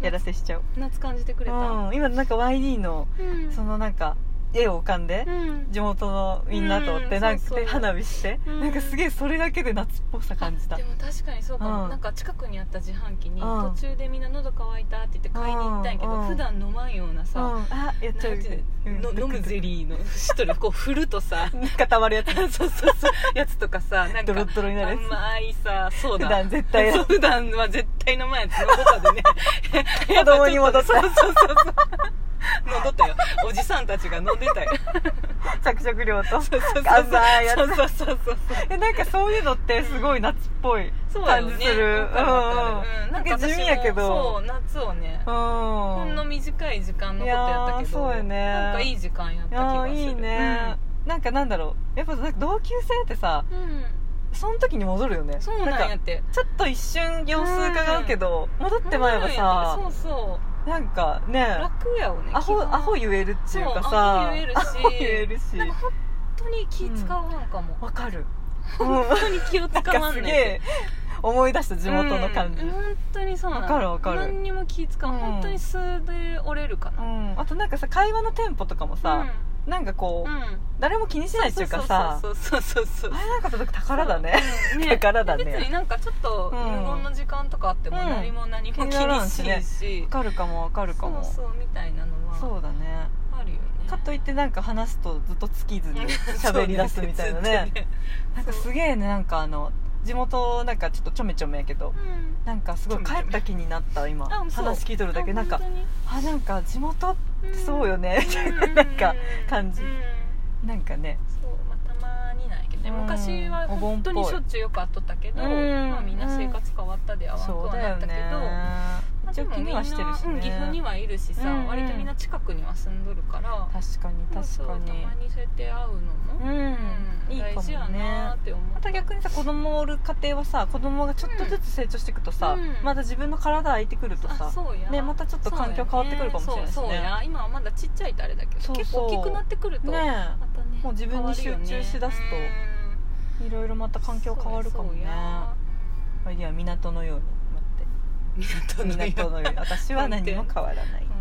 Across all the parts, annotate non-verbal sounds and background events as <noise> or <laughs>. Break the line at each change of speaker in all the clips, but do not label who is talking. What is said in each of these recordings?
やらせしちゃう、
夏感じてくれた、
うん、今なんか YD の
うん
そのなんか絵を浮かんで、
うん
地元のみんなと
うん
でなん
そ
か
うそう
で花火して、
うん
なんかすげえそれだけで夏っぽさ感じた
でも確かにそうかも、
うん
なんか近くにあった自販機に
うん
途中でみんな喉乾いたって言って買いに行ったんやけど、
うんうん
普段飲まんような
うん、
さ、
あやっちゃう
なんていう
うん
の
ドクド
飲
ク
むゼリーのしとるこう振るとさ
固まるやつ
<laughs> そうそうそうやつとかさなん
ドロ
か
ッドロになるやつ
甘いさそう
普
だ
段絶対
そう普段は絶対飲まんやつ喉かでね
子供
<laughs>
に戻った
そうそうそうそう飲んどったよおじさんたちが飲んでたよ
着色料と
そうそうそう
甘いやつ
そうそうそうそう
えなんかそういうのってすごい夏っぽい
そうだよ
感
ね
じする
わかるわかる
うん
うん
な
なんん
か
か
地
私
味
も
やけ
そ
ど
う夏をね
う
ほんの
ん
短い時間のことやったけど
いやーそうやね
なんかいい時間やった気
ああ
がする
いいね、なんかなんだろうやっぱなんか同級生ってさ
うん、
その時に戻るよね
そうなんや
か
って
ちょっと一瞬様子伺うけど、戻ってまえば
そう
さ
なんやってそうそう
なんかね
楽やをね
アホ
基本
アホ言えるっていうか
そうア
さ
ホ言えるし
アホ言えるし
なんか本当に気使わんかも、
わかる
本当に気を
なん
使わ
か
ん
す
ねん
げえ
て
思い出した地元の感じ、
うん本当にそうなの
わかるわかる
何にも気使わん、
うん
本当に素で折れるかな
うん、あとなんかさ会話のテンポとかもさ、なんかこ
う
う、
んうん
誰も気にしないっていうかさ
そうそうそうそうそう
あれなんか届く宝だね
うんね
宝だね
別になんかちょっと
うん
無言の時間とかあっても
うん
何も何も気に
気にならん
し
し
ない
ね
し
わかるかもわかるかも
そうそうみたいなのは
そうだね
あるよね
かといってなんか話すとずっと尽き
<laughs>
ずに
そう
喋り出すみたいなね
ずっと
なんかすげえねなんかあの地元なんかちょっとちょめちょめやけど
うん
なんかすごい
ちょめ
帰
ちょめ
った気になった今
あそう
話聞いとるだけ
あ
なんか
本
あなんか地元っ
当に
てそうよねみたい
うん
ななんか感じ
うん
なんかね
そうまあたまにないけどね
うん
昔は本当にしょっちゅうよく会っとったけど
うん
まあみんな生活変わったで会わんく
そう
は
だ
な
よ
ったけ
ね
どまあ
一
で
応
も
気
みん
に
なう
は
ん
してるしね
岐阜にはいるしさ
うんうん
割とみんな近くには住んどるから
確かに確
そう
か
た
に
まにそうやって会うのも
うんいいか
大事や
もね
なって思う
また逆にさ子供おる家庭はさ子供がちょっとずつ成長していくとさ、
うん
また自分の体空いてくると
あ
さ
そうや
ねまたちょっと環境変わってくるかもしれないしね
そうやそうや今はまだちっちゃいとあれだけど
そうそう
結構大きくなってくると、
ね
またね
もう自分に集中しだすと
変わるよね
えいろいろまた
うん
環境変わるかもねアイディアは港のように待って港のよ
そうや港の <laughs> よ
うに私は何も変わらない、まあ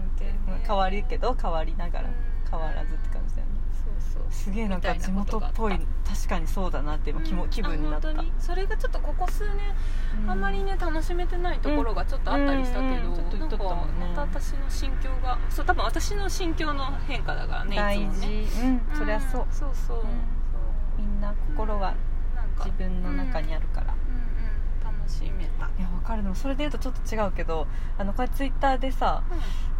変わるけど変わりながら
うん
変わらずって感じだよね
そうそう
すげえなんか
みた
地
いなこと
元っ
があった
ぽい確かにそうだなって今気も、
うん
気分になった
あ本当にそれがちょっとここ数年、あんまりね楽しめてないところがちょっとあったりしたけど、
うんうんちょっと言っとったもんね
なんかまた私の心境がそう多分私の心境の変化だからね
大
いつも
事、
ね
うんそりゃそう、
んそうそう、
うん
そう
みんな心は
なんか
自分の中にあるから、
うんうん楽しめた、
いやわかるでもそれで言うとちょっと違うけどあのこれツイッターでさ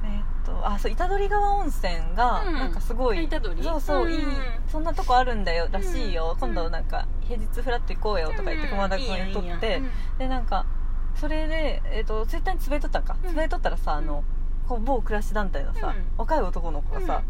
えーっとあそう板取川温泉が
うん
なんかすごい、
板取
そうそう、
うん
いいそんなとこあるんだよらしいよ、
うん
今度なんか平日フラッと行こうよとか言って熊田君にとって、でなんかそれで、えー、とツイッターにつぶやいとったんか、
うん
つぶやいとったらさあのこう某暮らし団体のさ、
うん
若い男の子がさ、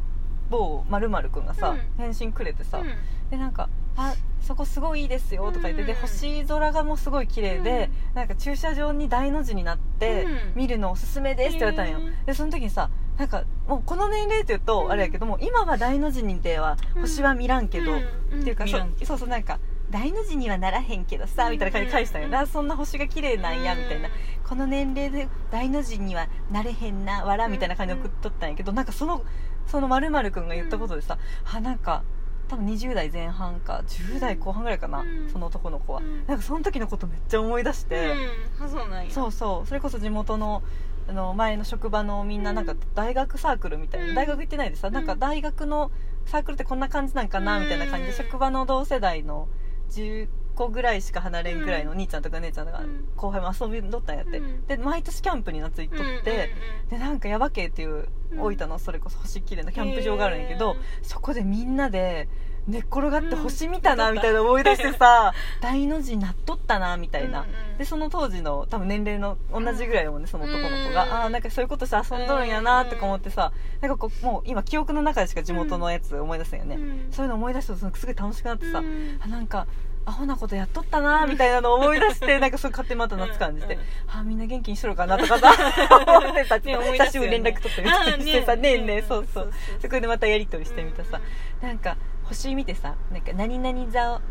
某まるくんがさ、
うん
返信くれてさ、
うん
でなんか「あそこすごいいいですよ」とか言って、で
うん
星空がもうすごい綺麗で、なんか駐車場に大の字になって、
うん
見るのおすすめですって言われたんよ、
へ
でその時にさなんかもうこの年齢って言うと
うん
あれやけども、今は大の字にでは星は見らんけど、
うん
っていうか
見
そ
らん
う
けど
そうそうなんか大の字にはならへんけど
う
さ
ん
みたいな感じで返したんよな、
うん
そんな星が綺麗なんやみたいな、この年齢で大の字にはなれへんなわらみたいな感じで送っとったんやけど、なんかそのその〇〇くんが言ったことでさ、あなんか多分20代前半か10代後半ぐらいかな、
うん
その男の子は、
うん
なんかその時のことめっちゃ思い出して、
うんあそうなんや
そうそうそれこそ地元のあの前の職場のみんな
うん
なんか大学サークルみたいな、
うん
大学行ってないでさ、なんか大学のサークルってこんな感じなんかな、
うん
みたいな感じで職場の同世代の10個ぐらいしか離れんぐらいのお兄ちゃんとか姉ちゃんとか
うん
後輩も遊びにどったんやって、
うん
で毎年キャンプに夏行っとって、でなんか耶馬渓っていう
うん
大分のそれこそ星綺麗なキャンプ場があるんやけど、そこでみんなで寝っ転がって星見たな
うん
みたいな思い出してさ、大の字になっとったなみたいな、で
そ
その当時の多分年齢の同じぐらいだもんね、その男の子が、
うん
ああなんかそういうことして遊んどるんやなとか思ってさ、なんかこうもう今記憶の中でしか地元のやつ思い出すんよね、そういうの思い出すとなんかすごい楽しくなってさ、あなんかアホなことやっとったなみたいなの思い出してなんかそれ勝手にまた夏感じて、あーみんな元気にしとるかなとかさ思ってさ、
ね思い出すよね
久しぶりに連絡取ってみたりしてさねえねえそうそうそこでまたやり取りしてみたさ、なんか星見てさなんか何々座を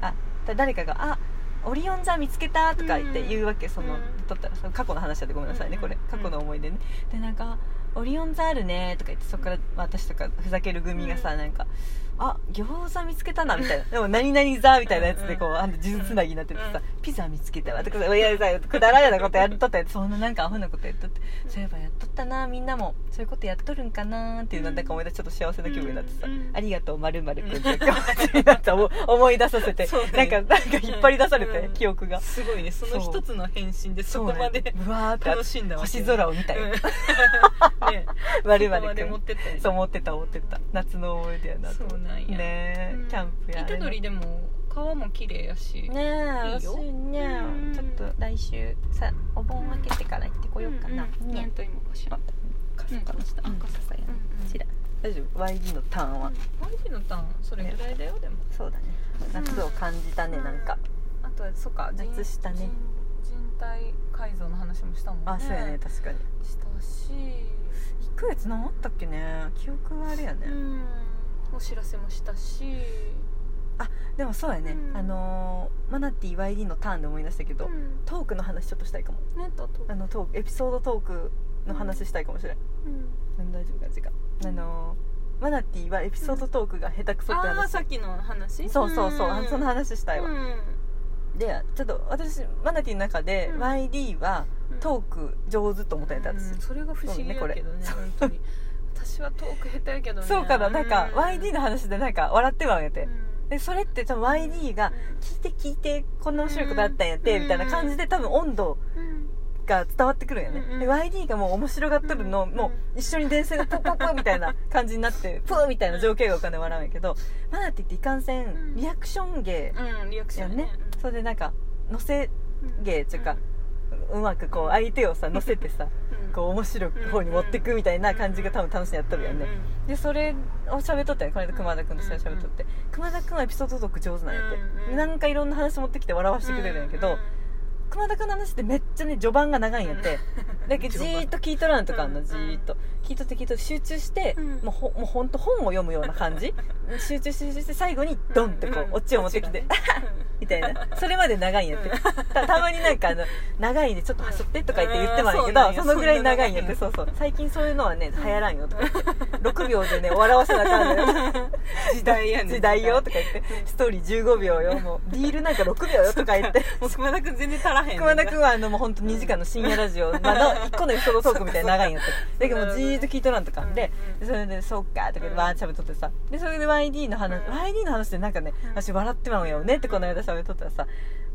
あだ誰かが「あオリオン座見つけたとか言って言うわけその
うん
だったらその過去の話だってごめんなさいねこれ
うん
過去の思い出ねでなんか「オリオン座あるね」とか言ってそこから私とかふざける組がさなんか「あ餃子見つけたな」みたいなでも「何々座」みたいなやつでこうあの数珠つなぎになってて
う
さ
ん
「ピザ見つけたわ」とかさ「いやいやくだらないなことやっとったやつそんななんかアホなことやっとってそういえばやっとったなみんなもそういうことやっとるんかなっていうのなんか思い出してちょっと幸せな気分になってさ
うんうん
「ありがとうまるまるくん」って気持ちになった思思い出させて
そう
な
ね
んかなんか引っ張り出されて、
うん
記憶が
すごいねその一つの返信でそこまで
うわー
<laughs>
って
楽しんだわけ
星空を見た
<laughs>
よ、
うんね
丸々
そこまで
く
持っ
ん
てったよね
そう思ってた思ってた夏の思い出やなと
そうなんや
ねえ、
うん
キャンプや
板取
ね
でも川も綺麗やし
ねえ
いいよ
暑いね
うん
ちょっと来週さお盆明けてから行ってこようかな、
うんうんなん
ね
と今かしら
あカサカサした
うん
あカサカサやな、
うんうん
知らん大丈夫 YG のターンは、
マジのターンそれぐらいだよでも
そうだね夏を感じたね、なんか
あとはそっか人
夏したね
人人体改造の話もしたもんね
あそうやね確かに
したし
1ヶ月何あったっけね記憶があれやね、
うんお知らせもしたし
でもそうやね、
うん
あのーマナティ YD のターンで思い出したけど、
うん
トークの話ちょっとしたいかも
ねとと
あのトークエピソードトークの話したいかもしれない、
うん
うん、大丈夫か時間、あのーマナティはエピソードトークが下手くそって
ああ
話、
さっきの話
そうそうそう、あのその
話
話したいわ、でちょっと私マナティの中で、
うん
YD はトーク上手と思ったんやった私、
うんそれが不思議だ
そうね
けどね
これ
本当に私はトーク下手やけどね
そうかななんか YD の
話
話でなんか笑ってまうんやて、でそれって多分 YD が「聞いて聞いてこんな面白いことあったんやって」
うん
みたいな感じで多分温度が伝わってくるんよね、
うんうん
で YD がもう面白がっとるの、
うんうん
もう一緒に電線がプップップッみたいな感じになってプーみたいな情景が浮かんで笑うんやけどマナティっていかんせ
うん
んリアクション芸
うんリアクシ
や
ョ
ね,、
ンね
それでなんか乗せ芸っていうかうまくこう相手をさ乗せてさこう面白く方に持ってくみたいな感じが多分楽しんでやっ
う
とるよねでそれを喋っとったよこの間熊田君と一緒に喋っとって熊田君はエピソードトーク上手なんやって、
うんうん
なんかいろんな話持ってきて笑わせてくれるんやけど、熊田君の話ってめっちゃね序盤が長いんやって、だけどじーっと聞いとらんとかあん
う
の
ん
じーっと聞いとって聞いとって集中して、
うん
もうほもうほんと本を読むような感
<laughs>
じ集中集中して最後にドンってこう、オチを持ってきて、みたいなそれまで長いんやって、たたまになんかあの長いでちょっと走ってとか言って言ってまうんやけ
うん
ど、
うん
そのぐらい長いんやって
そ
そうそう最近そういうのはね流行らんよとか言って6秒でね笑わせなあかんのよ
時代やね
時代よとか言ってストーリー15秒よもうディールなんか6秒よとか言って
<laughs> もう熊田君全然足らへん
熊田君はあのもう本当2時間の深夜ラジオまだ1個のエピソードトークみたいな長いんやってだけどもうじーっと聞いとらんとかで
うん
でそれで「そっか」とかでわーって喋っとってさでそれで YD の話
うん
YD の話でなんかね
うん
私笑ってまうんよねってこの間喋っとったらさ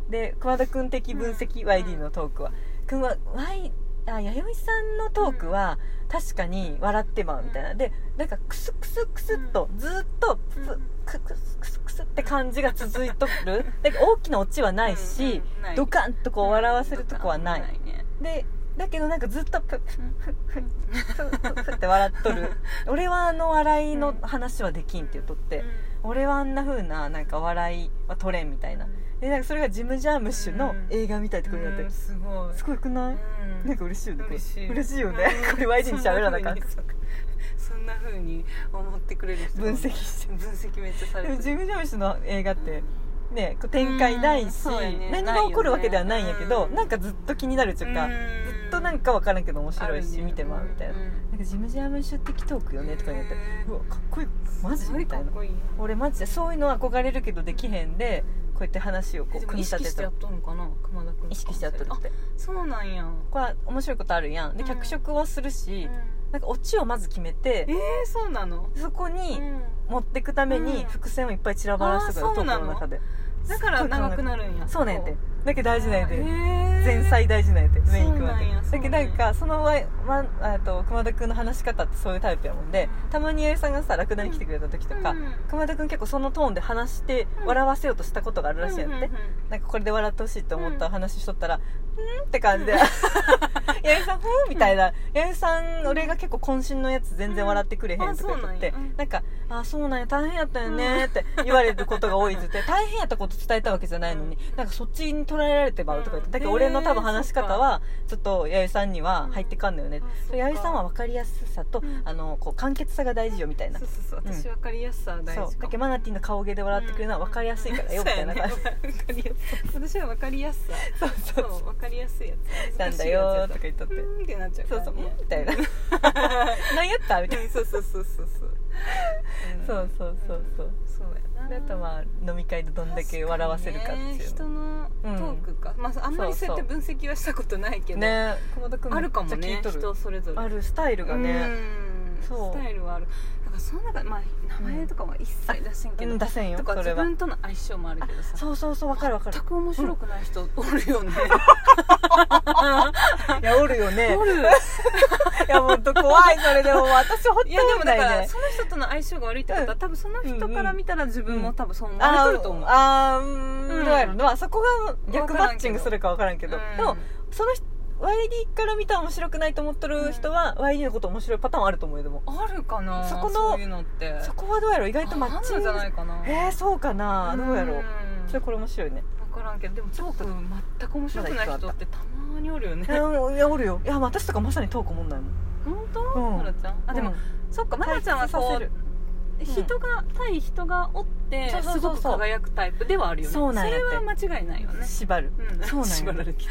で熊田君的分析
うん
YD のトークは君は Y あ弥生さんのトークは確かに笑ってまうみたいなでなんかクスクスクスっとずーっと
うん
ククスクスクスって感じが続いと
<laughs>
るだから大きなオチはないし、ドカンとこう笑わせるとこはない、でだけどなんかずっとプッ <laughs> プップップって笑っとる俺はあの笑いの話はできんって言っとって、俺はあんな風ななんか笑いは取れんみたいなでなんかそれがジム・ジャームッシュの映画みたいってことになって、
すごい
すごくない、なんか嬉しいよねこれ
嬉しい
嬉しいよね、これ YG に喋らなあかん
そんなふうに思ってくれる人
分析して
分析めっちゃさ
で
れ
も
て
ジ
る
ム・ジャームッシュの映画ってねこう展開ないし、
うんそうやね
何が起こるわけではないんやけど
ないよね
なんかずっと気になるというか、ずっとなんか分からんけど面白いし、見てまうみたいな、なんかジムジャームシュってきトークよねとか言って
へー
うわかっこいいマジみたいな
こいい
俺マジでそういうの憧れるけどできへんでこうやって話をこう組み立て
して
て
やっとんのかな熊田君
意識しちゃっとるって
そうなんや
これは面白いことあるやんで
うん
脚色はするし、なんかオチをまず決め
え
て
ー、そうなの
そこに
うん
持ってくため
う
に
ん
伏線をいっぱい散らばらしてくる
あー
ト
そう
ー
な
ク
の
の中で
だから長くなるんや
そうなんやってだけど大事なんやで、前
前
菜大事なんやてメイン行く
そう
ま
なんや
でだけどなんかその前、ま、あと熊田君の話し方ってそういうタイプやもんでたまに弥生さんがさラクダに来てくれた時とか、熊田君結構そのトーンで話して
うん
笑わせようとしたことがあるらしいんやって、なんかこれで笑ってほしいと思った話しとったら、んって感じ <laughs> で八重さんふんみたいな八重さん俺が結構渾身のやつ全然笑ってくれへん
うんあ
とか言っ
そう
て
なんやうん
なんか「あそうなんや大変やったよね」って言われることが多いずって大変やったこと伝えたわけじゃないのになんかそっちに捉えられてまうとか言ってだから俺の多分話し方はちょっと八重さんには入ってかんのよね
うんあそっか
八重さんは分かりやすさと
うん
あのこう簡潔さが大事よみたいな
そうそうそう
うん
私分かりやすさは大
そう
事
だ
か
けど
も
マナティーの顔毛で笑ってくれるのは分かりやすいからよみたいな感じ
そうやねわかりやすい私
そ
は分かりやすさ
うそ
そうう分かりやすいやつ
なんだよーと
難
か
しい
言
や
っとって
つやうんってなっちゃう
そうそう
からね
みたいな何やったみたいな
うんそうそうそうそうそううん
そうそうそうそう
そうやな
あとまあ飲み会でどんだけ笑わせるかって
確にね
いう
人
の
のトークか、まあ、あんまりそうやって分析はしたことないけど、
ね駒田君
あるかも
めっ
ね
ちゃ聞いと
人
る
それぞれ
あるスタイルがね
うん
そう
スタイルはあるだからその中で、まあ、名前とかは一切出せんけど、
うん出せんよ
と
そ
か
れ
自
は
分との相性もあるけどさ
そうそうそう分かる分かる
全く面白くない人おるよね、
い <laughs> やおるよね
おる
いやもうど怖いそれでも私ほっと
<laughs> いやでも
んな
だ
い
から
ね
その人との相性が悪いってことは、
うん
多分その人から見たら自分も多分そう思わ
あ
れてると思う、
あーうー
うんん
どうやるのまあそこが逆マッチングするか分からんけど
うん
でもその人 YD から見たら面白くないと思ってる人は YD のこと面白いパターンはあると思うよでも
あるかな
そこの
そういうのって
そこはどうやろう意外とマッチン
あんの
グ
じゃないかな
えー、そうかなどうやろう
うん
それこれ面白いね
分からんけどでもトーク全く面白くない人ってたまにおるよね
いやもういやおるよいや私とかまさにトークおもんないもん
本当
うん
まなちゃんあでも、
うん
そっかまなちゃんはこ
退屈させ
う
る
人が、対人がおって
そうそうそう
す
そう
ごく輝くタイプではあるよね
そうなんやって
れは間違いないよね、
縛る
うん、
そうなんや
縛られて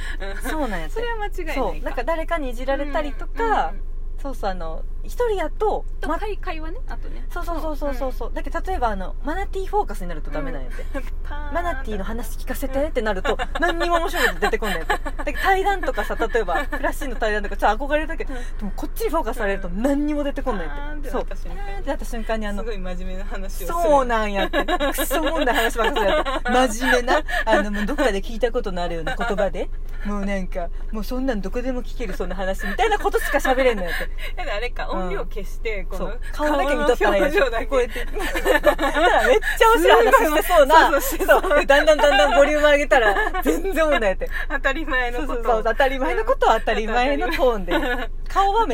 うん
そうなんやって
それは間違いないか
そうなんか誰かにいじられたりとか、
うんうんうん
そうそうあの一人やと
と
ま
会会話ねあとね
そうそうそうそうそうそう、だけど例えばあのマナティーフォーカスになるとダメなんやって、マ
マ
ナティーの話聞かせてってなると何にも面白いこと出てこないやってだけど対談とかさ例えばフラッシーの対談とかちょっと憧れるだけどでもこっちにフォーカスされると何にも出てこない
あー
っ
ってて
そ
な
う
った瞬
あ
間
ーってなった瞬間にあの
すごい真面目な話をする
そうなんや
<laughs>
って。クソもんな話ばっかりやって。真面目な。あの、もうどっかで聞いたことのあるような言葉で。もうなんか、もうそんなんどこでも聞けるそんな話みたいなことしか喋れんのやって。
だからあれか
うん
音量消してこ
そ
の
う。顔だけ見とったらいいや
表情だけ
こうやって。だからめっちゃ面白い話してそうな。
す
そうでだんだんだんだんボリューム上げたら、全然問題やって。
当たり前の
そう
こ
そう
と
<laughs> そう。当たり前のことは当たり前のトーンで。顔はめ